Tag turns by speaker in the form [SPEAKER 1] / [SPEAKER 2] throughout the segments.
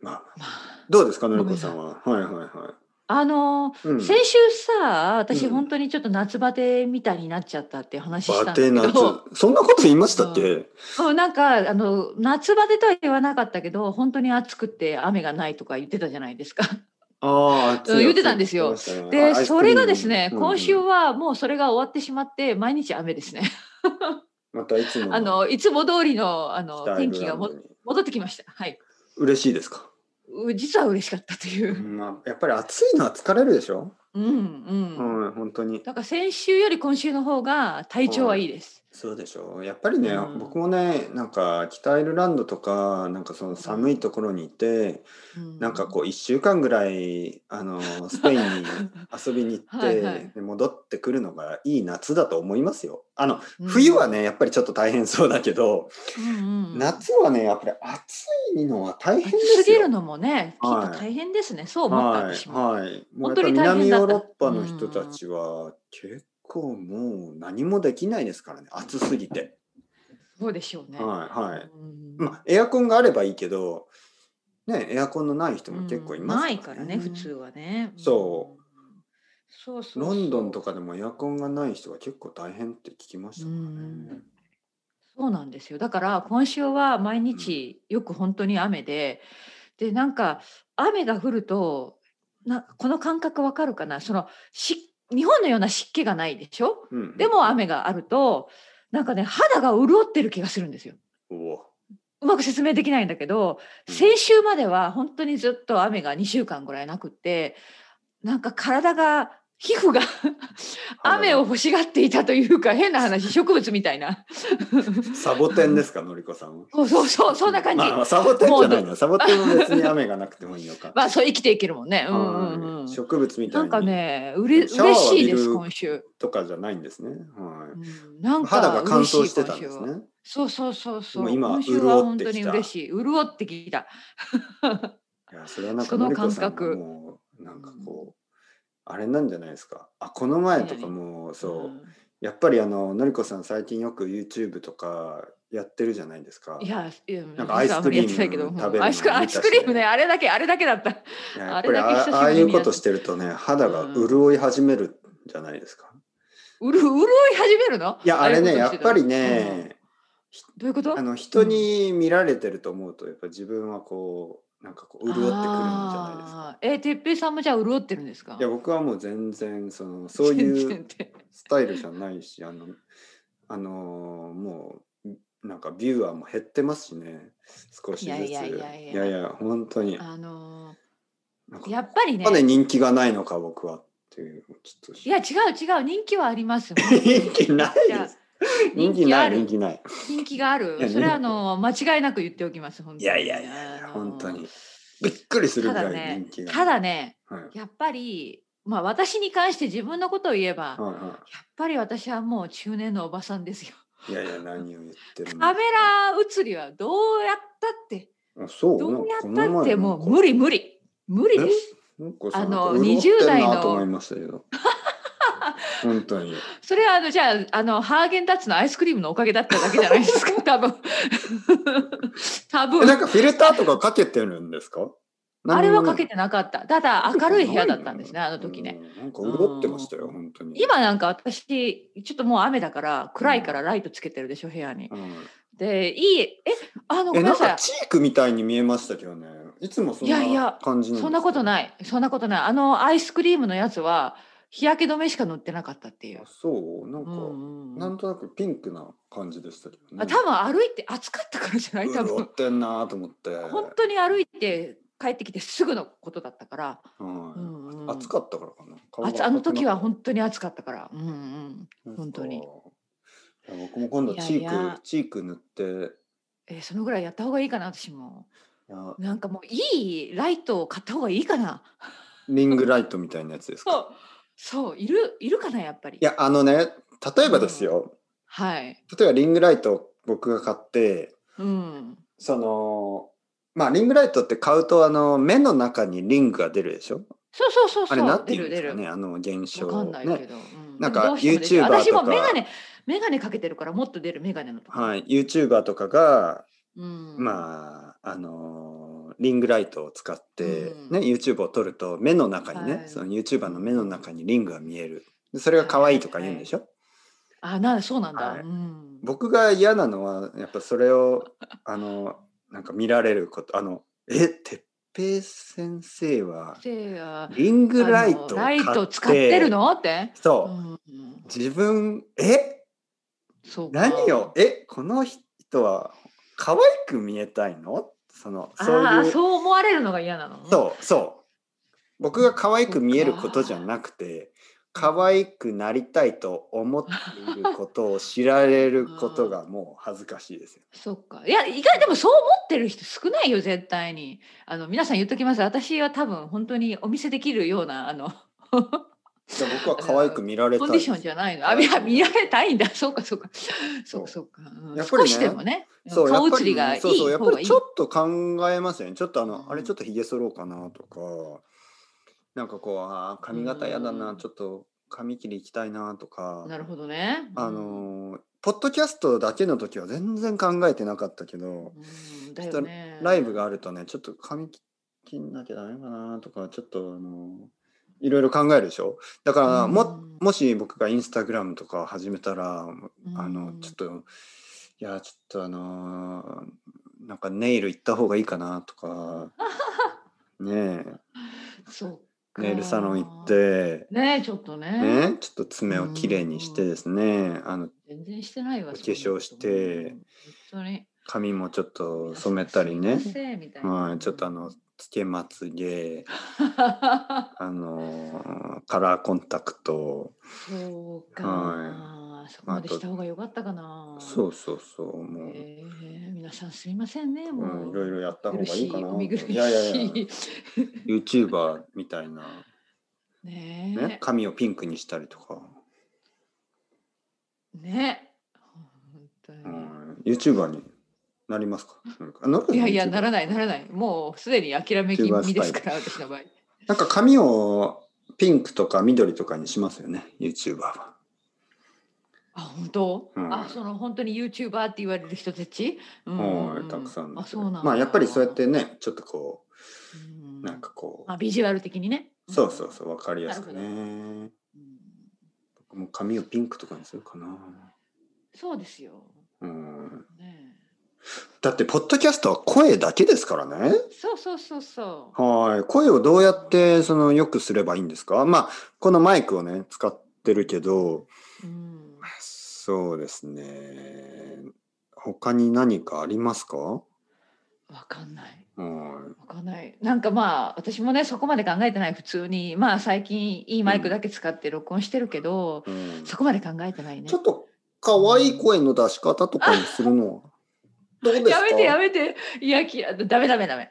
[SPEAKER 1] まあ、
[SPEAKER 2] まあ
[SPEAKER 1] どうですか、のりこさんは。はいはいはい。
[SPEAKER 2] あのー
[SPEAKER 1] うん
[SPEAKER 2] 先週さ私
[SPEAKER 1] うん
[SPEAKER 2] 本当にちょっと夏バテみたいになっちゃったって話したんだ
[SPEAKER 1] バ
[SPEAKER 2] け
[SPEAKER 1] テ
[SPEAKER 2] ど、
[SPEAKER 1] 夏。そんなこと言いましたっけ
[SPEAKER 2] うん なんかあの夏バテとは言わなかったけど本当に暑くて雨がないとか言ってたじゃないですか。
[SPEAKER 1] ああ、
[SPEAKER 2] うん言ってたんですよ
[SPEAKER 1] 暑い暑い
[SPEAKER 2] で
[SPEAKER 1] 暑い
[SPEAKER 2] それがですね、
[SPEAKER 1] うん
[SPEAKER 2] 今週はもうそれが終わってしまって毎日雨ですね。
[SPEAKER 1] またいつも。
[SPEAKER 2] あのいつも通りのあ
[SPEAKER 1] ス
[SPEAKER 2] の
[SPEAKER 1] タイ
[SPEAKER 2] 天
[SPEAKER 1] ル
[SPEAKER 2] 気がも
[SPEAKER 1] なのに
[SPEAKER 2] 戻ってきました。はい。
[SPEAKER 1] 嬉しいですか。
[SPEAKER 2] う実は嬉しかったという。
[SPEAKER 1] まあ、やっぱり暑いのは疲れるでしょ
[SPEAKER 2] うんうん。
[SPEAKER 1] うん、本当に。
[SPEAKER 2] だから先週より今週の方が体調はいいです。
[SPEAKER 1] そうでしょう。やっぱりね、
[SPEAKER 2] うん
[SPEAKER 1] 僕もね、なんか北アイルランドとか、なんかその寒いところにいて。
[SPEAKER 2] うん
[SPEAKER 1] なんかこう1週間ぐらいあのスペインに遊びに行って
[SPEAKER 2] はいはい
[SPEAKER 1] で戻ってくるのがいい夏だと思いますよ。あの
[SPEAKER 2] うん
[SPEAKER 1] 冬はねやっぱりちょっと大変そうだけど、
[SPEAKER 2] うんうん
[SPEAKER 1] 夏はねやっぱり暑いのは大変
[SPEAKER 2] 暑
[SPEAKER 1] ですすよ。
[SPEAKER 2] ぎるのもね、きっ
[SPEAKER 1] はい
[SPEAKER 2] と大変ですね。そう思った
[SPEAKER 1] はい
[SPEAKER 2] 私も。
[SPEAKER 1] はい。もうやっ
[SPEAKER 2] 本当
[SPEAKER 1] ぱり
[SPEAKER 2] に大
[SPEAKER 1] 南
[SPEAKER 2] 変だ
[SPEAKER 1] ヨ
[SPEAKER 2] った
[SPEAKER 1] ーロッパの人たちは結構もう何もできないですからね暑すぎて。
[SPEAKER 2] そうでしょうね。
[SPEAKER 1] はいはい。
[SPEAKER 2] うん
[SPEAKER 1] まあエアコンがあればいいけどねエアコンのない人も結構います
[SPEAKER 2] ないからね、普通はね。
[SPEAKER 1] そ
[SPEAKER 2] うん。そうそうそう。
[SPEAKER 1] ロンドンとかでもエアコンがない人は結構大変って聞きましたからね。
[SPEAKER 2] そうなんですよ。だから今週は毎日よく本当に雨で、でなんか雨が降るとなこの感覚わかるかな。そのし日本のような湿気がないでしょ。
[SPEAKER 1] うんうん
[SPEAKER 2] でも雨があるとなんかね肌が潤ってる気がするんですよ。
[SPEAKER 1] おお
[SPEAKER 2] うまく説明できないんだけど、
[SPEAKER 1] うん
[SPEAKER 2] 先週までは本当にずっと雨が2週間ぐらいなくって、なんか体が皮膚が雨を欲しがっていたというか変な話植物みたいな
[SPEAKER 1] サボテンですか、のりこさんは。
[SPEAKER 2] そうそうそうそんな感じ、
[SPEAKER 1] まあまあ、サボテンじゃないの。サボテンも別に雨がなくてもいいのか。
[SPEAKER 2] まあそう生きていけるもんね。うんうんう
[SPEAKER 1] は
[SPEAKER 2] ん
[SPEAKER 1] い。植物みた
[SPEAKER 2] ない
[SPEAKER 1] に
[SPEAKER 2] んかね、うれ
[SPEAKER 1] シャワー
[SPEAKER 2] 嬉
[SPEAKER 1] を浴
[SPEAKER 2] しい
[SPEAKER 1] び
[SPEAKER 2] で
[SPEAKER 1] る
[SPEAKER 2] す今週。
[SPEAKER 1] とかじゃないんですね。は。
[SPEAKER 2] うんないんか
[SPEAKER 1] 肌が乾
[SPEAKER 2] 嬉しい
[SPEAKER 1] 燥してたんです
[SPEAKER 2] 今週は
[SPEAKER 1] ね。
[SPEAKER 2] そうそうそうそ
[SPEAKER 1] も
[SPEAKER 2] う。
[SPEAKER 1] う今
[SPEAKER 2] 今週は
[SPEAKER 1] 潤っ
[SPEAKER 2] 本
[SPEAKER 1] てきた
[SPEAKER 2] 当に嬉しい。潤ってきた。
[SPEAKER 1] いや、それはなんか
[SPEAKER 2] そ
[SPEAKER 1] の
[SPEAKER 2] の
[SPEAKER 1] りこ
[SPEAKER 2] 感
[SPEAKER 1] さん
[SPEAKER 2] 覚
[SPEAKER 1] はもうなんかこうあれなんじゃないですか。あ、この前とかもそう。やっぱりあののりこさん最近よく YouTube とかやってるじゃないですか。
[SPEAKER 2] うん。いや、いや
[SPEAKER 1] なんかアイスクリーム
[SPEAKER 2] やってないけど、う
[SPEAKER 1] 食
[SPEAKER 2] ん
[SPEAKER 1] べるの
[SPEAKER 2] アイスク
[SPEAKER 1] 見たし
[SPEAKER 2] アイスクリームね、あれだけ、あれだけだった。
[SPEAKER 1] いやや
[SPEAKER 2] あ
[SPEAKER 1] っぱり
[SPEAKER 2] れだけ久しぶりに
[SPEAKER 1] あああいうことしてるとね肌が潤い始めるじゃないですか。
[SPEAKER 2] うる、潤い始めるの。
[SPEAKER 1] いやあれね
[SPEAKER 2] あ
[SPEAKER 1] や
[SPEAKER 2] あい
[SPEAKER 1] っ
[SPEAKER 2] うこと
[SPEAKER 1] ぱり
[SPEAKER 2] してたのうん
[SPEAKER 1] ね、
[SPEAKER 2] どういうこと。
[SPEAKER 1] あの人に見られてると思うとやっぱ自分はこうなんかこう潤ってくるんじゃないですか。
[SPEAKER 2] あーえー、てっぺいさんもじゃあ潤ってるんですか
[SPEAKER 1] いや僕はもう全然そのそう
[SPEAKER 2] 全
[SPEAKER 1] い
[SPEAKER 2] 然っ
[SPEAKER 1] う
[SPEAKER 2] て
[SPEAKER 1] スタイルじゃないしあのあのーもうなんかビューアーも減ってますしね少しずつ
[SPEAKER 2] いやいやいやいや
[SPEAKER 1] いやいや本当に
[SPEAKER 2] あの
[SPEAKER 1] なん
[SPEAKER 2] ー
[SPEAKER 1] か
[SPEAKER 2] やっぱりね
[SPEAKER 1] なんで人気がないのか僕はっていうちょっと
[SPEAKER 2] いや違う違う人気はありますもん
[SPEAKER 1] 人気ない
[SPEAKER 2] い
[SPEAKER 1] で
[SPEAKER 2] や
[SPEAKER 1] す。人
[SPEAKER 2] 人
[SPEAKER 1] 気
[SPEAKER 2] 気
[SPEAKER 1] な
[SPEAKER 2] あ
[SPEAKER 1] い
[SPEAKER 2] る
[SPEAKER 1] 人気ない。
[SPEAKER 2] 人気があ
[SPEAKER 1] いや
[SPEAKER 2] るそれはあ
[SPEAKER 1] 人気
[SPEAKER 2] の間違いなく言っておきます本当に
[SPEAKER 1] いやいやいやい
[SPEAKER 2] あ
[SPEAKER 1] や
[SPEAKER 2] のー
[SPEAKER 1] 本当にびっくりするぐ
[SPEAKER 2] ただ
[SPEAKER 1] らい
[SPEAKER 2] ね
[SPEAKER 1] 人気が。
[SPEAKER 2] ただね
[SPEAKER 1] はい。
[SPEAKER 2] やっぱりまあ私に関して自分のことを言えば、やっ
[SPEAKER 1] はいは
[SPEAKER 2] ぱり私はもう中年のおばさんですよ
[SPEAKER 1] い。いやいや何を言ってるの。
[SPEAKER 2] カメラ映りはどうやったって
[SPEAKER 1] あそう。
[SPEAKER 2] どうや
[SPEAKER 1] な
[SPEAKER 2] っ
[SPEAKER 1] ん
[SPEAKER 2] た
[SPEAKER 1] か
[SPEAKER 2] ってもう無理無理無理です
[SPEAKER 1] なんかさ
[SPEAKER 2] あの
[SPEAKER 1] なんか潤ってんな
[SPEAKER 2] 20代の
[SPEAKER 1] と思いましたけど。本当に。
[SPEAKER 2] それはあのじゃああのハーゲンダッツのアイスクリームのおかげだっただけじゃないで すか多分
[SPEAKER 1] え
[SPEAKER 2] 多
[SPEAKER 1] なん
[SPEAKER 2] 分
[SPEAKER 1] かフィルターとかかけてるんですか。
[SPEAKER 2] あれはかけ
[SPEAKER 1] て
[SPEAKER 2] てなかったただ明るい部屋だったんですねあの時ね。
[SPEAKER 1] うんなんか潤ってましたよ本当に。
[SPEAKER 2] 今なんか私ちょっともう雨だから暗いからライトつけてるでしょ部屋に
[SPEAKER 1] うん。
[SPEAKER 2] でいいえあのご
[SPEAKER 1] え
[SPEAKER 2] めん
[SPEAKER 1] な
[SPEAKER 2] なんさ
[SPEAKER 1] か
[SPEAKER 2] い
[SPEAKER 1] チークみたいに見えましたけどね。いつもそん
[SPEAKER 2] いやい
[SPEAKER 1] な
[SPEAKER 2] や
[SPEAKER 1] 感じなんですか
[SPEAKER 2] そんなことないそんなことないあのアイスクリームのやつは日焼け止めしか塗ってなかったっていう
[SPEAKER 1] あ。そうなん
[SPEAKER 2] う
[SPEAKER 1] か、
[SPEAKER 2] んうんう
[SPEAKER 1] なん
[SPEAKER 2] ん
[SPEAKER 1] となくピンクな感じでしたけどね
[SPEAKER 2] あ多分歩いて暑かったからじゃない多
[SPEAKER 1] 潤
[SPEAKER 2] 分
[SPEAKER 1] ってんなと思って、
[SPEAKER 2] 本当に歩いて帰ってきてすぐのことだったから、
[SPEAKER 1] はい
[SPEAKER 2] うんうん
[SPEAKER 1] 暑かったからかな顔が赤く
[SPEAKER 2] あつ
[SPEAKER 1] な
[SPEAKER 2] あの時は本当に暑かったから、うんうん、
[SPEAKER 1] 当
[SPEAKER 2] 本当に
[SPEAKER 1] 僕も今度チーク
[SPEAKER 2] いやいや
[SPEAKER 1] チーク塗って
[SPEAKER 2] えーそのぐらいやった方がいいかな私も
[SPEAKER 1] いや
[SPEAKER 2] なんかもういいライトを買った方がいいかな
[SPEAKER 1] リングライトみたいなやつです
[SPEAKER 2] そ
[SPEAKER 1] か
[SPEAKER 2] うそういるいるかなやっぱり
[SPEAKER 1] いやあのね例えばですよ、
[SPEAKER 2] はい、
[SPEAKER 1] 例えばリングライトを僕が買って
[SPEAKER 2] うん、
[SPEAKER 1] そのまあリングライトって買うとあの目の中にリングが出るでしょ
[SPEAKER 2] そうそうそうそ
[SPEAKER 1] あ
[SPEAKER 2] う
[SPEAKER 1] れなんて
[SPEAKER 2] 出
[SPEAKER 1] いうん
[SPEAKER 2] る
[SPEAKER 1] で
[SPEAKER 2] 出
[SPEAKER 1] すか
[SPEAKER 2] る
[SPEAKER 1] ねあの現象
[SPEAKER 2] わかんないけど、
[SPEAKER 1] ね
[SPEAKER 2] うん
[SPEAKER 1] なんか
[SPEAKER 2] でもどうしても出て
[SPEAKER 1] YouTuber
[SPEAKER 2] る私も
[SPEAKER 1] とか
[SPEAKER 2] メガネメガネかけてるからもっと出るメガネのとこ
[SPEAKER 1] はい、YouTuber とかが
[SPEAKER 2] うん
[SPEAKER 1] まああのーリングライトを使って、
[SPEAKER 2] うん
[SPEAKER 1] ね YouTube を撮ると目の中にね、
[SPEAKER 2] はい
[SPEAKER 1] その YouTuber の目の中にリングが見えるでそれが可愛いとか言うんでしょ、
[SPEAKER 2] あなそうなんだ、
[SPEAKER 1] はい
[SPEAKER 2] うん、
[SPEAKER 1] 僕が嫌なのはやっぱそれをあのなんか見られることあのえ哲平先生は
[SPEAKER 2] せや
[SPEAKER 1] リングライトを
[SPEAKER 2] あの
[SPEAKER 1] 買って
[SPEAKER 2] 使ってるのって、
[SPEAKER 1] そうう、
[SPEAKER 2] んうん、
[SPEAKER 1] 自分え
[SPEAKER 2] そうか
[SPEAKER 1] 何をえこの人は可愛く見えたいのその
[SPEAKER 2] あ
[SPEAKER 1] そう
[SPEAKER 2] あ
[SPEAKER 1] いう
[SPEAKER 2] そう思われるのが嫌なの
[SPEAKER 1] そうそう僕が可愛く見えることじゃなくて可愛くなりたいと思っていることを知られることがもう恥ずかしいですよ。
[SPEAKER 2] そっかいや意外でもそう思ってる人少ないよ絶対にあの皆さん言っときます私は多分本当にお見せできるようなあの
[SPEAKER 1] じゃあ僕は可愛く見られた
[SPEAKER 2] コ
[SPEAKER 1] いで
[SPEAKER 2] ンディ
[SPEAKER 1] す
[SPEAKER 2] ションじゃないのあいや見られたいんだそうかそうかそうかそうか、うん
[SPEAKER 1] やっぱりね
[SPEAKER 2] 少しでもね
[SPEAKER 1] そうや
[SPEAKER 2] 顔
[SPEAKER 1] っぱ
[SPEAKER 2] 写
[SPEAKER 1] り
[SPEAKER 2] りがいい
[SPEAKER 1] そうそうやっ
[SPEAKER 2] 方
[SPEAKER 1] ぱ
[SPEAKER 2] がい
[SPEAKER 1] り
[SPEAKER 2] い
[SPEAKER 1] ちょっと考えますよねちょっとあの、
[SPEAKER 2] うん
[SPEAKER 1] あれちょっとひげ剃ろうかなとかなんかこうあー髪型やだな、
[SPEAKER 2] うん
[SPEAKER 1] ちょっと髪切り行きたいなとか
[SPEAKER 2] なるほどね
[SPEAKER 1] あのーポッドキャストだけの時は全然考えてなかったけど、
[SPEAKER 2] うんだよね
[SPEAKER 1] ライブがあるとねちょっと髪切んなきゃダメかなとかちょっとあのーいろいろ考えるでしょだからも,、
[SPEAKER 2] うん
[SPEAKER 1] もし僕がインスタグラムとか始めたらあ
[SPEAKER 2] う
[SPEAKER 1] の
[SPEAKER 2] ん
[SPEAKER 1] ちょっといやちょっとあのーなんかネイル行った方がいいかなと かね
[SPEAKER 2] そう
[SPEAKER 1] え
[SPEAKER 2] か
[SPEAKER 1] ネイルサロン行って
[SPEAKER 2] ねちょっとね
[SPEAKER 1] ねちょっと爪をきれいにしてですねあの
[SPEAKER 2] 全然してない
[SPEAKER 1] お
[SPEAKER 2] わ
[SPEAKER 1] 化
[SPEAKER 2] そんなこと
[SPEAKER 1] 粧して
[SPEAKER 2] うん本当に
[SPEAKER 1] 髪もちょっと染めたりね
[SPEAKER 2] すいませんみたいな
[SPEAKER 1] はいちょっとあのつけまつげあのーカラーコンタクト
[SPEAKER 2] そうか、そこまでした方が良かったかな。
[SPEAKER 1] そうそうそうもう、
[SPEAKER 2] ええ皆さんすいませんね。もう、
[SPEAKER 1] うん、いろいろやった方がいいかな
[SPEAKER 2] お見苦しい。
[SPEAKER 1] いやいやいや YouTuber みたいな、
[SPEAKER 2] ねえ。
[SPEAKER 1] ね、髪をピンクにしたりとか。
[SPEAKER 2] ね本当に
[SPEAKER 1] うん、YouTuber になりますかなんかなるか
[SPEAKER 2] いやいや、ならない、なら
[SPEAKER 1] い。
[SPEAKER 2] ない。もうすでに諦め気味ですから、私の場合。
[SPEAKER 1] なんか髪をピンクとか緑とかにしますよね、YouTuber は。
[SPEAKER 2] あ、本当、
[SPEAKER 1] うん
[SPEAKER 2] あ、その本当に YouTuber って言われる人たち、う
[SPEAKER 1] はい、たくさんの。
[SPEAKER 2] あ、そうなんだ
[SPEAKER 1] まあやっぱりそうやっ、てね、ちょっとこ
[SPEAKER 2] うん
[SPEAKER 1] う、なんかこう、
[SPEAKER 2] まあ、ビジュアル的にね。
[SPEAKER 1] そうそう
[SPEAKER 2] う
[SPEAKER 1] そう、わかりやすく
[SPEAKER 2] な
[SPEAKER 1] ね。
[SPEAKER 2] ん。うん
[SPEAKER 1] 僕も髪をピンクとかにするかな。
[SPEAKER 2] そうですよ。
[SPEAKER 1] うん、
[SPEAKER 2] ね
[SPEAKER 1] だって、ポッドキャストは声だけですからね。
[SPEAKER 2] え、そうそうそうそう。
[SPEAKER 1] はい。声をどうやって、その、よくすればいいんですかまあ、このマイクをね、使ってるけど、
[SPEAKER 2] うん、
[SPEAKER 1] そうですね。他に何かありますか。
[SPEAKER 2] わかんない。
[SPEAKER 1] うん。
[SPEAKER 2] わかんない。なんかまあ私もねそこまで考えてない普通にまあ最近いいマイクだけ使って録音してるけど、
[SPEAKER 1] うん
[SPEAKER 2] そこまで考えてないね。
[SPEAKER 1] ちょっと可愛い声の出し方とかにするのは。どうですか。
[SPEAKER 2] やめてやめていやきダメダメダメ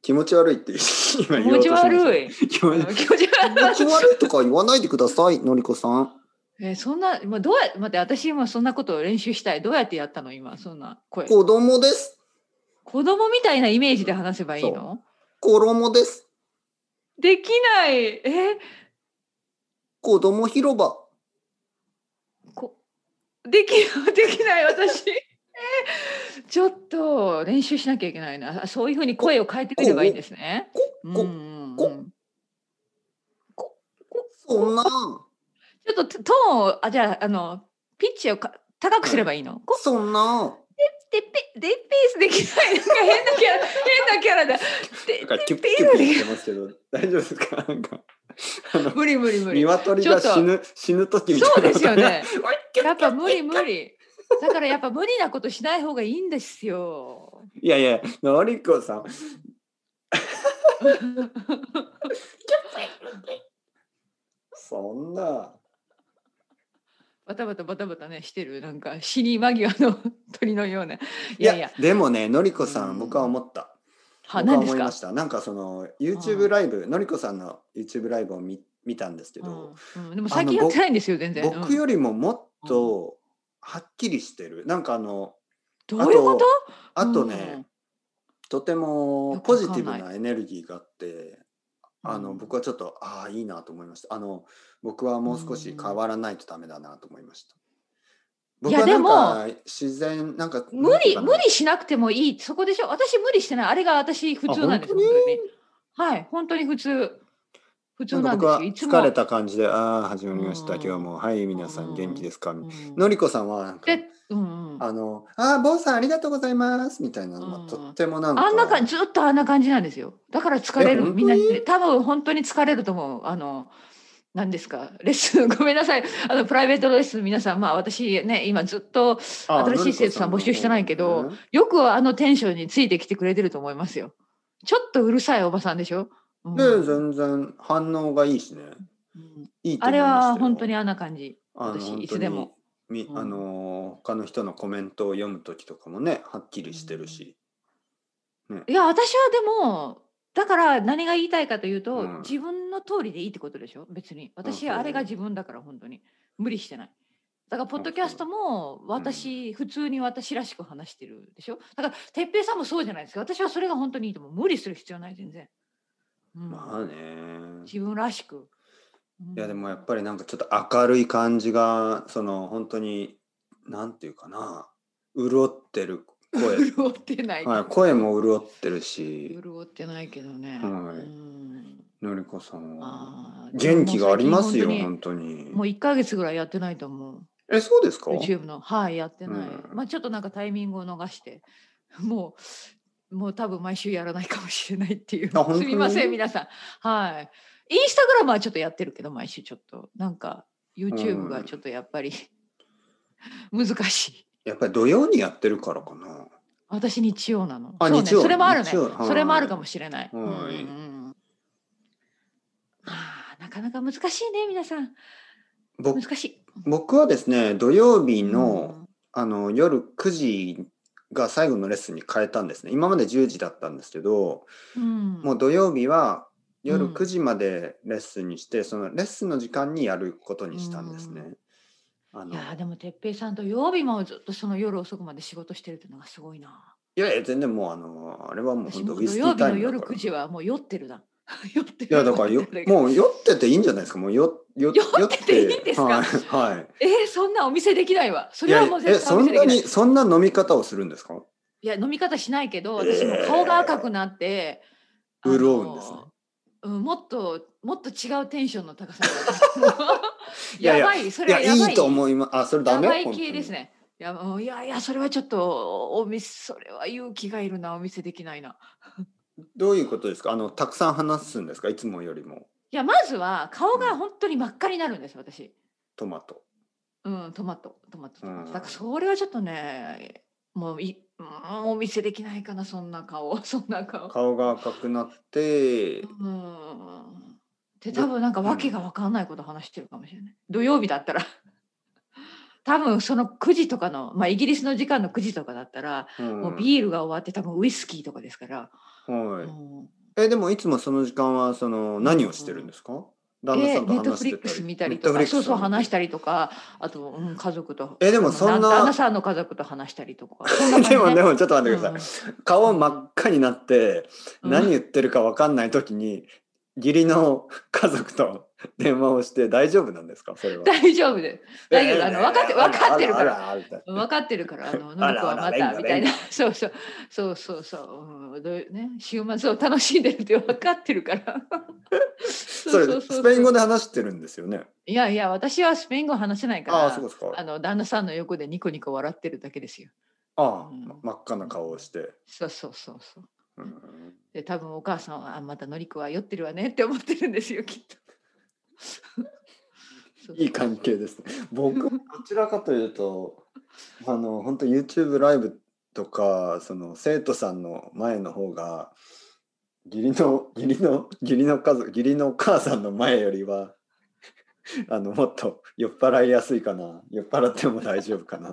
[SPEAKER 1] 気持ち悪いって今
[SPEAKER 2] 気
[SPEAKER 1] 言お
[SPEAKER 2] 持
[SPEAKER 1] うと
[SPEAKER 2] ち
[SPEAKER 1] しました。
[SPEAKER 2] 悪い
[SPEAKER 1] 気持
[SPEAKER 2] うん
[SPEAKER 1] ち悪い。
[SPEAKER 2] 気持
[SPEAKER 1] 気
[SPEAKER 2] ち
[SPEAKER 1] 持
[SPEAKER 2] 悪
[SPEAKER 1] ち
[SPEAKER 2] い
[SPEAKER 1] 悪いとか言わないでください、のりこさん。
[SPEAKER 2] えーそんなまあどうや待って私今そんなことを練習したいどうやってやったの今そんな声
[SPEAKER 1] 子供です。
[SPEAKER 2] 子供みたいなイメージで話せばいいの
[SPEAKER 1] 衣です。
[SPEAKER 2] できないえ
[SPEAKER 1] 子供広場。
[SPEAKER 2] こでき できない私えーちょっと練習しなきゃいけないなあそういうふうに声を変えてみればいいんですね。
[SPEAKER 1] こ、
[SPEAKER 2] うん
[SPEAKER 1] こ、
[SPEAKER 2] うん
[SPEAKER 1] こ
[SPEAKER 2] うん
[SPEAKER 1] そんな。
[SPEAKER 2] ちょっとトーンをあじゃああのピッチをか高くすればいいの。こ
[SPEAKER 1] そんな。
[SPEAKER 2] てっぺでっぺーすできないなんか変なキャ ラ変なキャラだ。
[SPEAKER 1] なん
[SPEAKER 2] で
[SPEAKER 1] かキュッキ
[SPEAKER 2] ピ
[SPEAKER 1] ュッ
[SPEAKER 2] ー
[SPEAKER 1] 言ってますけど、大丈夫ですか。なんか。
[SPEAKER 2] 無理無理無理。
[SPEAKER 1] 鶏が死ぬ死ぬ時みた
[SPEAKER 2] そう
[SPEAKER 1] いな。
[SPEAKER 2] ですよね。
[SPEAKER 1] あれ。
[SPEAKER 2] やっぱ無理無理。だからやっぱ無理なことしない方がいいんですよ。
[SPEAKER 1] いやいや、のりこさん。そんな。
[SPEAKER 2] バタバタバタバタねしてるなんか死に間際の 鳥のような。いやいや、
[SPEAKER 1] でもね、のりこさ
[SPEAKER 2] うん
[SPEAKER 1] ん、僕は思った。
[SPEAKER 2] は
[SPEAKER 1] 僕は
[SPEAKER 2] 何
[SPEAKER 1] 思
[SPEAKER 2] です
[SPEAKER 1] い
[SPEAKER 2] か
[SPEAKER 1] まし。た。なんかその YouTube ライブ、のりこさんの YouTube ライブを見見たんですけど、
[SPEAKER 2] うんうん、でも最近やってないんですよ全然。
[SPEAKER 1] 僕
[SPEAKER 2] うん
[SPEAKER 1] よりももっとはっきりしてる。なんかあの、
[SPEAKER 2] どういうこと？
[SPEAKER 1] あと
[SPEAKER 2] う
[SPEAKER 1] ね
[SPEAKER 2] ん、
[SPEAKER 1] とても
[SPEAKER 2] よく
[SPEAKER 1] ポ
[SPEAKER 2] わか
[SPEAKER 1] ジ
[SPEAKER 2] んな
[SPEAKER 1] テ
[SPEAKER 2] い
[SPEAKER 1] ィブなエネルギーがあって、あ
[SPEAKER 2] う
[SPEAKER 1] の
[SPEAKER 2] ん
[SPEAKER 1] 僕はちょっとああいいなと思いました。あの僕はもう少し変わらないとダメだなと思いました。僕はなんか自然なんか
[SPEAKER 2] 無理無
[SPEAKER 1] 理
[SPEAKER 2] 理しなくてもいいそこでしょ私無理してないあれが私普通なんです
[SPEAKER 1] あ
[SPEAKER 2] 本
[SPEAKER 1] 本当に
[SPEAKER 2] 当にはい本当に普通普通なん
[SPEAKER 1] 僕
[SPEAKER 2] ですよ
[SPEAKER 1] はい
[SPEAKER 2] つも
[SPEAKER 1] 疲れた感じで「ああ始まりました
[SPEAKER 2] うん
[SPEAKER 1] 今日もはい皆さん元気ですか」
[SPEAKER 2] うん
[SPEAKER 1] のりこさんはなんか
[SPEAKER 2] で、うんうん、
[SPEAKER 1] あの「ああ坊さんありがとうございます」みたいなの
[SPEAKER 2] うん
[SPEAKER 1] がとってもなんか
[SPEAKER 2] あんな感じずっとあんな感じなんですよだから疲れ
[SPEAKER 1] え
[SPEAKER 2] る
[SPEAKER 1] 本当
[SPEAKER 2] みんな多分本当に疲れると思うあの何ですかレッスン ごめんなさいあのプライベートレッスンの皆さんまあ私ね今ずっと
[SPEAKER 1] あ
[SPEAKER 2] 新しい生徒さん募集してないけどよくあのテンションについてきてくれてると思いますよちょっとうるさいおばさんでしょ、うん
[SPEAKER 1] で全然反応がいいしね
[SPEAKER 2] うん
[SPEAKER 1] いいと
[SPEAKER 2] あ
[SPEAKER 1] 思
[SPEAKER 2] れ
[SPEAKER 1] いましたよ
[SPEAKER 2] は本当にあんな感じ
[SPEAKER 1] あの本
[SPEAKER 2] 私
[SPEAKER 1] 当に
[SPEAKER 2] いつでも
[SPEAKER 1] み、
[SPEAKER 2] うん
[SPEAKER 1] あのー他の人のコメントを読む時とかもねはっきりしてるし、
[SPEAKER 2] いや私はでもだから何が言いたいかというと、
[SPEAKER 1] うん
[SPEAKER 2] 自分の通りでいいってことでしょ別に私
[SPEAKER 1] そう
[SPEAKER 2] あれが自分だから本当に無理してないだからポッドキャストも私、普通に私らしく話してるでしょだから哲平さんもそうじゃないですか私はそれが本当にいいと思う無理する必要ない全然、うん
[SPEAKER 1] まあね
[SPEAKER 2] 自分らしく、うん
[SPEAKER 1] いやでもやっぱりなんかちょっと明るい感じがその本当になんていうかな潤ってる 声、
[SPEAKER 2] 潤ってない、
[SPEAKER 1] はい、声も潤ってるし
[SPEAKER 2] 潤ってないけどね、
[SPEAKER 1] はい
[SPEAKER 2] うん
[SPEAKER 1] のりこさんは
[SPEAKER 2] あー
[SPEAKER 1] 元気がありますよ
[SPEAKER 2] でも
[SPEAKER 1] 本当に
[SPEAKER 2] もう1ヶ月ぐらいやってないと思う
[SPEAKER 1] えそうですか
[SPEAKER 2] YouTube のはいやってない、
[SPEAKER 1] うん
[SPEAKER 2] まあちょっとなんかタイミングを逃して もうもう多分毎週やらないかもしれないっていう
[SPEAKER 1] あ本当
[SPEAKER 2] す
[SPEAKER 1] に
[SPEAKER 2] みません皆さんはいインスタグラムはちょっとやってるけど毎週ちょっとなんか YouTube がちょっとやっぱり 難しい
[SPEAKER 1] やっぱり土曜にやってるからかな
[SPEAKER 2] 私日曜なの
[SPEAKER 1] あ
[SPEAKER 2] そうね
[SPEAKER 1] 日曜
[SPEAKER 2] それもあるね
[SPEAKER 1] 日曜はい
[SPEAKER 2] それもあるかもしれない、
[SPEAKER 1] はい
[SPEAKER 2] うんうんうんあーなかなか難しいね皆さん
[SPEAKER 1] 僕
[SPEAKER 2] 難しい
[SPEAKER 1] 僕はですね土曜日の、
[SPEAKER 2] うん
[SPEAKER 1] あの夜9時が最後のレッスンに変えたんですね今まで10時だったんですけど
[SPEAKER 2] うん
[SPEAKER 1] もう土曜日は夜
[SPEAKER 2] うん
[SPEAKER 1] 9時までレッスンにして、そのレッスンの時間にやることにしたんですね。あ
[SPEAKER 2] い
[SPEAKER 1] の
[SPEAKER 2] やーでも哲平さんと曜日もずっとその夜遅くまで仕事してるっていうのがすごいない
[SPEAKER 1] やいや全然もうあのあれはもう
[SPEAKER 2] 私
[SPEAKER 1] 本当
[SPEAKER 2] も
[SPEAKER 1] ウ
[SPEAKER 2] 土
[SPEAKER 1] ィスキ
[SPEAKER 2] 曜
[SPEAKER 1] ー
[SPEAKER 2] 日
[SPEAKER 1] タイ
[SPEAKER 2] の
[SPEAKER 1] ムだ
[SPEAKER 2] 夜
[SPEAKER 1] から
[SPEAKER 2] 9
[SPEAKER 1] い
[SPEAKER 2] 時はもう酔ってるな 酔ってる
[SPEAKER 1] やだから よもう酔ってていいんじゃないですかもうよよ
[SPEAKER 2] 酔ってていいんですか
[SPEAKER 1] はい、は
[SPEAKER 2] えー、そんなお店できないわそ
[SPEAKER 1] い、い
[SPEAKER 2] れ
[SPEAKER 1] や
[SPEAKER 2] はもう
[SPEAKER 1] え
[SPEAKER 2] 絶対お
[SPEAKER 1] そん
[SPEAKER 2] 店で
[SPEAKER 1] な
[SPEAKER 2] きない
[SPEAKER 1] に
[SPEAKER 2] い
[SPEAKER 1] そんな飲み方をするんですか
[SPEAKER 2] や飲み方しないけど
[SPEAKER 1] えー
[SPEAKER 2] 私も顔が赤くなって、あのー
[SPEAKER 1] 潤うんですね
[SPEAKER 2] うんもっともっと違うテンションの高さが
[SPEAKER 1] いやい
[SPEAKER 2] や
[SPEAKER 1] や
[SPEAKER 2] ばいそ
[SPEAKER 1] い
[SPEAKER 2] れは
[SPEAKER 1] や
[SPEAKER 2] やばい
[SPEAKER 1] いいと思いますあそれダ
[SPEAKER 2] や
[SPEAKER 1] メ
[SPEAKER 2] ばい系です
[SPEAKER 1] ね
[SPEAKER 2] ね。いや、うんいやいや、それはちょっと、お店、それは勇気がいるな、お見せできないな。
[SPEAKER 1] どういうことですかあのたくさん話すんですかいつもよりも
[SPEAKER 2] いや、まずは顔が本当に真っ赤になるんです、私。
[SPEAKER 1] トマト
[SPEAKER 2] うん、トマト、トマト。トマ
[SPEAKER 1] う
[SPEAKER 2] ト
[SPEAKER 1] ん
[SPEAKER 2] だから、それはちょっとね、もうい、うん、お見せできないかな、そんな顔、 そんな顔。
[SPEAKER 1] 顔が赤くなって
[SPEAKER 2] うん。で、多分なんか訳が分かんないこと話してるかもしれない。土曜日だったら。多分その9時とかの、まあ、イギリスの時間の9時とかだったら、
[SPEAKER 1] うん
[SPEAKER 2] もうビールが終わって多分ウイスキーとかですから、
[SPEAKER 1] は
[SPEAKER 2] う
[SPEAKER 1] い
[SPEAKER 2] ん
[SPEAKER 1] えでもいつもその時間はその何をしてるんですか旦那
[SPEAKER 2] え
[SPEAKER 1] さんと
[SPEAKER 2] ネット
[SPEAKER 1] 話し
[SPEAKER 2] フ
[SPEAKER 1] て
[SPEAKER 2] リック
[SPEAKER 1] た
[SPEAKER 2] ス
[SPEAKER 1] り
[SPEAKER 2] 見たりと
[SPEAKER 1] Netflix
[SPEAKER 2] か、そうそう話した
[SPEAKER 1] り
[SPEAKER 2] りとか、あと、うん、家族と。
[SPEAKER 1] えでも
[SPEAKER 2] あの
[SPEAKER 1] そんな
[SPEAKER 2] 旦那さんの家族と話したりとか。そんな感 じ
[SPEAKER 1] で
[SPEAKER 2] ね
[SPEAKER 1] もでもちょっと待ってください、顔真っ赤になって、
[SPEAKER 2] うん
[SPEAKER 1] 何言ってるか分かんない時に義理の家族と電話をして大丈夫なんですかそれは
[SPEAKER 2] 大丈夫で大丈夫あの分かって分かってるから
[SPEAKER 1] らあらあら
[SPEAKER 2] 分かってるから、あの、の
[SPEAKER 1] あ
[SPEAKER 2] り
[SPEAKER 1] ら
[SPEAKER 2] こはま
[SPEAKER 1] あら
[SPEAKER 2] た、みたいな。 そうそう、そうそうそう、うん、どういうね、週末を楽しんでるって分かってるから。
[SPEAKER 1] それ
[SPEAKER 2] ううう
[SPEAKER 1] スペイン語で話してるんですよね
[SPEAKER 2] いやいや、私はスペイン語話せないか
[SPEAKER 1] ああ
[SPEAKER 2] ら
[SPEAKER 1] そうですか
[SPEAKER 2] あの旦那さんの横でニコニコ笑ってるだけですよ。
[SPEAKER 1] ああ、
[SPEAKER 2] うん
[SPEAKER 1] ま真っ赤な顔をして、
[SPEAKER 2] そうそうそうそう。
[SPEAKER 1] うん
[SPEAKER 2] で多分お母さんはあまたのりこは酔ってるわねって思ってるんですよきっと。そ う
[SPEAKER 1] いい関係です ね僕どちらかというとあの本当 YouTube ライブとかその生徒さんの前の方が義理の義理の義理の家族義理のお母さんの前よりはあのもっと酔っ払いやすいかな酔っ払っても大丈夫か ない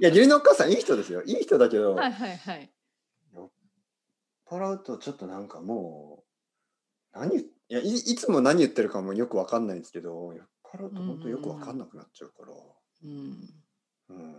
[SPEAKER 1] や義理のお母さんいい人ですよいい人だけど、
[SPEAKER 2] はいはいはい。
[SPEAKER 1] パラウとちょっとなんかもう何言っいやいいつも何言ってるかもよくわかんないんですけど酔っ払うと本当よくわかんなくなっちゃうから、
[SPEAKER 2] うん。
[SPEAKER 1] うん、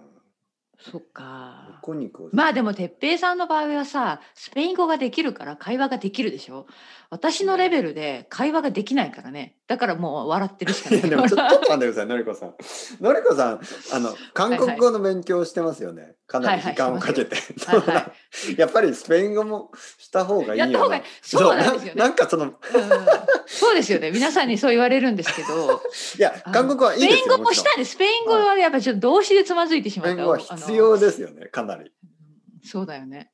[SPEAKER 2] そっ
[SPEAKER 1] ニ
[SPEAKER 2] か。
[SPEAKER 1] コニコ
[SPEAKER 2] まあでも哲平さんの場合はさスペイン語ができるから会話ができるでしょ私のレベルで会話ができないからねだからもう笑ってるしか
[SPEAKER 1] い
[SPEAKER 2] な
[SPEAKER 1] や
[SPEAKER 2] い
[SPEAKER 1] でもちょちょっと待ってくださいのりこさんのりこさんあの韓国語の勉強してますよね、かなり時間をかけて、
[SPEAKER 2] は いはいは
[SPEAKER 1] やっぱりスペイン語もした方がいい よ
[SPEAKER 2] やっ
[SPEAKER 1] ね
[SPEAKER 2] た方がいいそうなんですよね
[SPEAKER 1] ななんかその
[SPEAKER 2] うんそうですよね皆さんにそう言われるんですけど
[SPEAKER 1] いや韓国語はいい
[SPEAKER 2] ス
[SPEAKER 1] で
[SPEAKER 2] ペ
[SPEAKER 1] す
[SPEAKER 2] イン
[SPEAKER 1] よ
[SPEAKER 2] 語もしたんですスペイン語はやっぱちょっと動詞でつまずいてし
[SPEAKER 1] ス
[SPEAKER 2] ま
[SPEAKER 1] ペイ
[SPEAKER 2] っ
[SPEAKER 1] ン
[SPEAKER 2] た
[SPEAKER 1] 語は
[SPEAKER 2] あの
[SPEAKER 1] 必要ですよねかなり
[SPEAKER 2] そうだよね。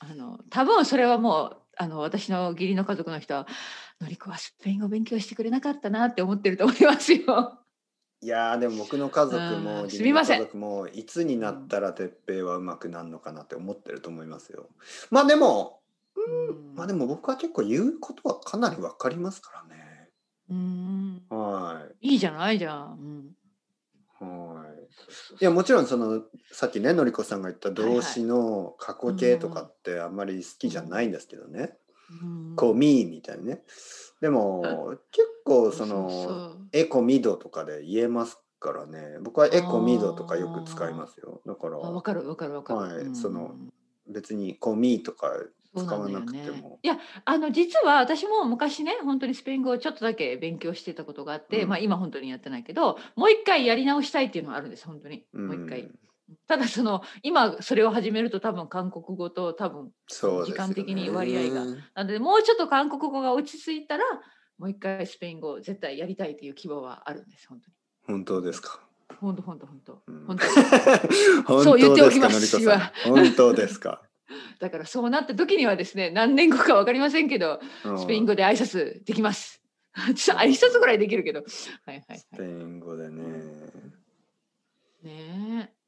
[SPEAKER 2] あの多分それはもうあの私の義理の家族の人は「のりこはスペイン語勉強してくれなかったな」って思ってると思いますよ。
[SPEAKER 1] いやーでも僕の家族
[SPEAKER 2] う
[SPEAKER 1] も
[SPEAKER 2] ん
[SPEAKER 1] 自
[SPEAKER 2] すみ
[SPEAKER 1] 分の
[SPEAKER 2] ませ
[SPEAKER 1] 家
[SPEAKER 2] ん
[SPEAKER 1] 族もいつになったら鉄平はうまくなるのかなって思ってると思いますよまあでも
[SPEAKER 2] うん
[SPEAKER 1] まあでも僕は結構言うことはかなりわかりますからね
[SPEAKER 2] うん
[SPEAKER 1] はい
[SPEAKER 2] いじゃないじゃん。うん
[SPEAKER 1] はい
[SPEAKER 2] そうそうそう
[SPEAKER 1] いやもちろんそのさっきねのりこさんが言った動詞の過去形とかってあんまり好きじゃないんですけどね
[SPEAKER 2] う
[SPEAKER 1] 「
[SPEAKER 2] ん
[SPEAKER 1] コミ」みたいにねでも結構そ
[SPEAKER 2] そうそ
[SPEAKER 1] の
[SPEAKER 2] う
[SPEAKER 1] 「エコミド」とかで言えますからね僕は「エコミド」とかよく使いますよだから
[SPEAKER 2] あわかるわかるわかる。
[SPEAKER 1] はい
[SPEAKER 2] うん
[SPEAKER 1] その別に「コミ」とか
[SPEAKER 2] そう
[SPEAKER 1] 使わ
[SPEAKER 2] ん
[SPEAKER 1] な
[SPEAKER 2] だよ
[SPEAKER 1] くて
[SPEAKER 2] ね
[SPEAKER 1] も
[SPEAKER 2] いやあの実は私も昔ね本当にスペイン語をちょっとだけ勉強してたことがあって、
[SPEAKER 1] うん
[SPEAKER 2] まあ今本当にやってないけどもう一回やり直したいっていうのはあるんです本当に
[SPEAKER 1] うん
[SPEAKER 2] もう一回、ただその今それを始めると多分韓国語と多分
[SPEAKER 1] そうですよね
[SPEAKER 2] 時間的に割合がなのでもうちょっと韓国語が落ち着いたらもう一回スペイン語を絶対やりたいという希望はあるんです本当に
[SPEAKER 1] 本当ですか
[SPEAKER 2] 本当本当本当
[SPEAKER 1] うん
[SPEAKER 2] 本当
[SPEAKER 1] 本
[SPEAKER 2] 言
[SPEAKER 1] 当
[SPEAKER 2] ってお
[SPEAKER 1] です
[SPEAKER 2] き
[SPEAKER 1] か
[SPEAKER 2] ま
[SPEAKER 1] のり
[SPEAKER 2] す
[SPEAKER 1] こさん本当ですか
[SPEAKER 2] だからそうなった時にはですね何年後かわかりませんけど
[SPEAKER 1] うん
[SPEAKER 2] スペイン語で挨拶できます。 ちょっと挨拶ぐらいできるけど。はいはい
[SPEAKER 1] ス
[SPEAKER 2] は
[SPEAKER 1] ペイン語でね
[SPEAKER 2] い。ねえ。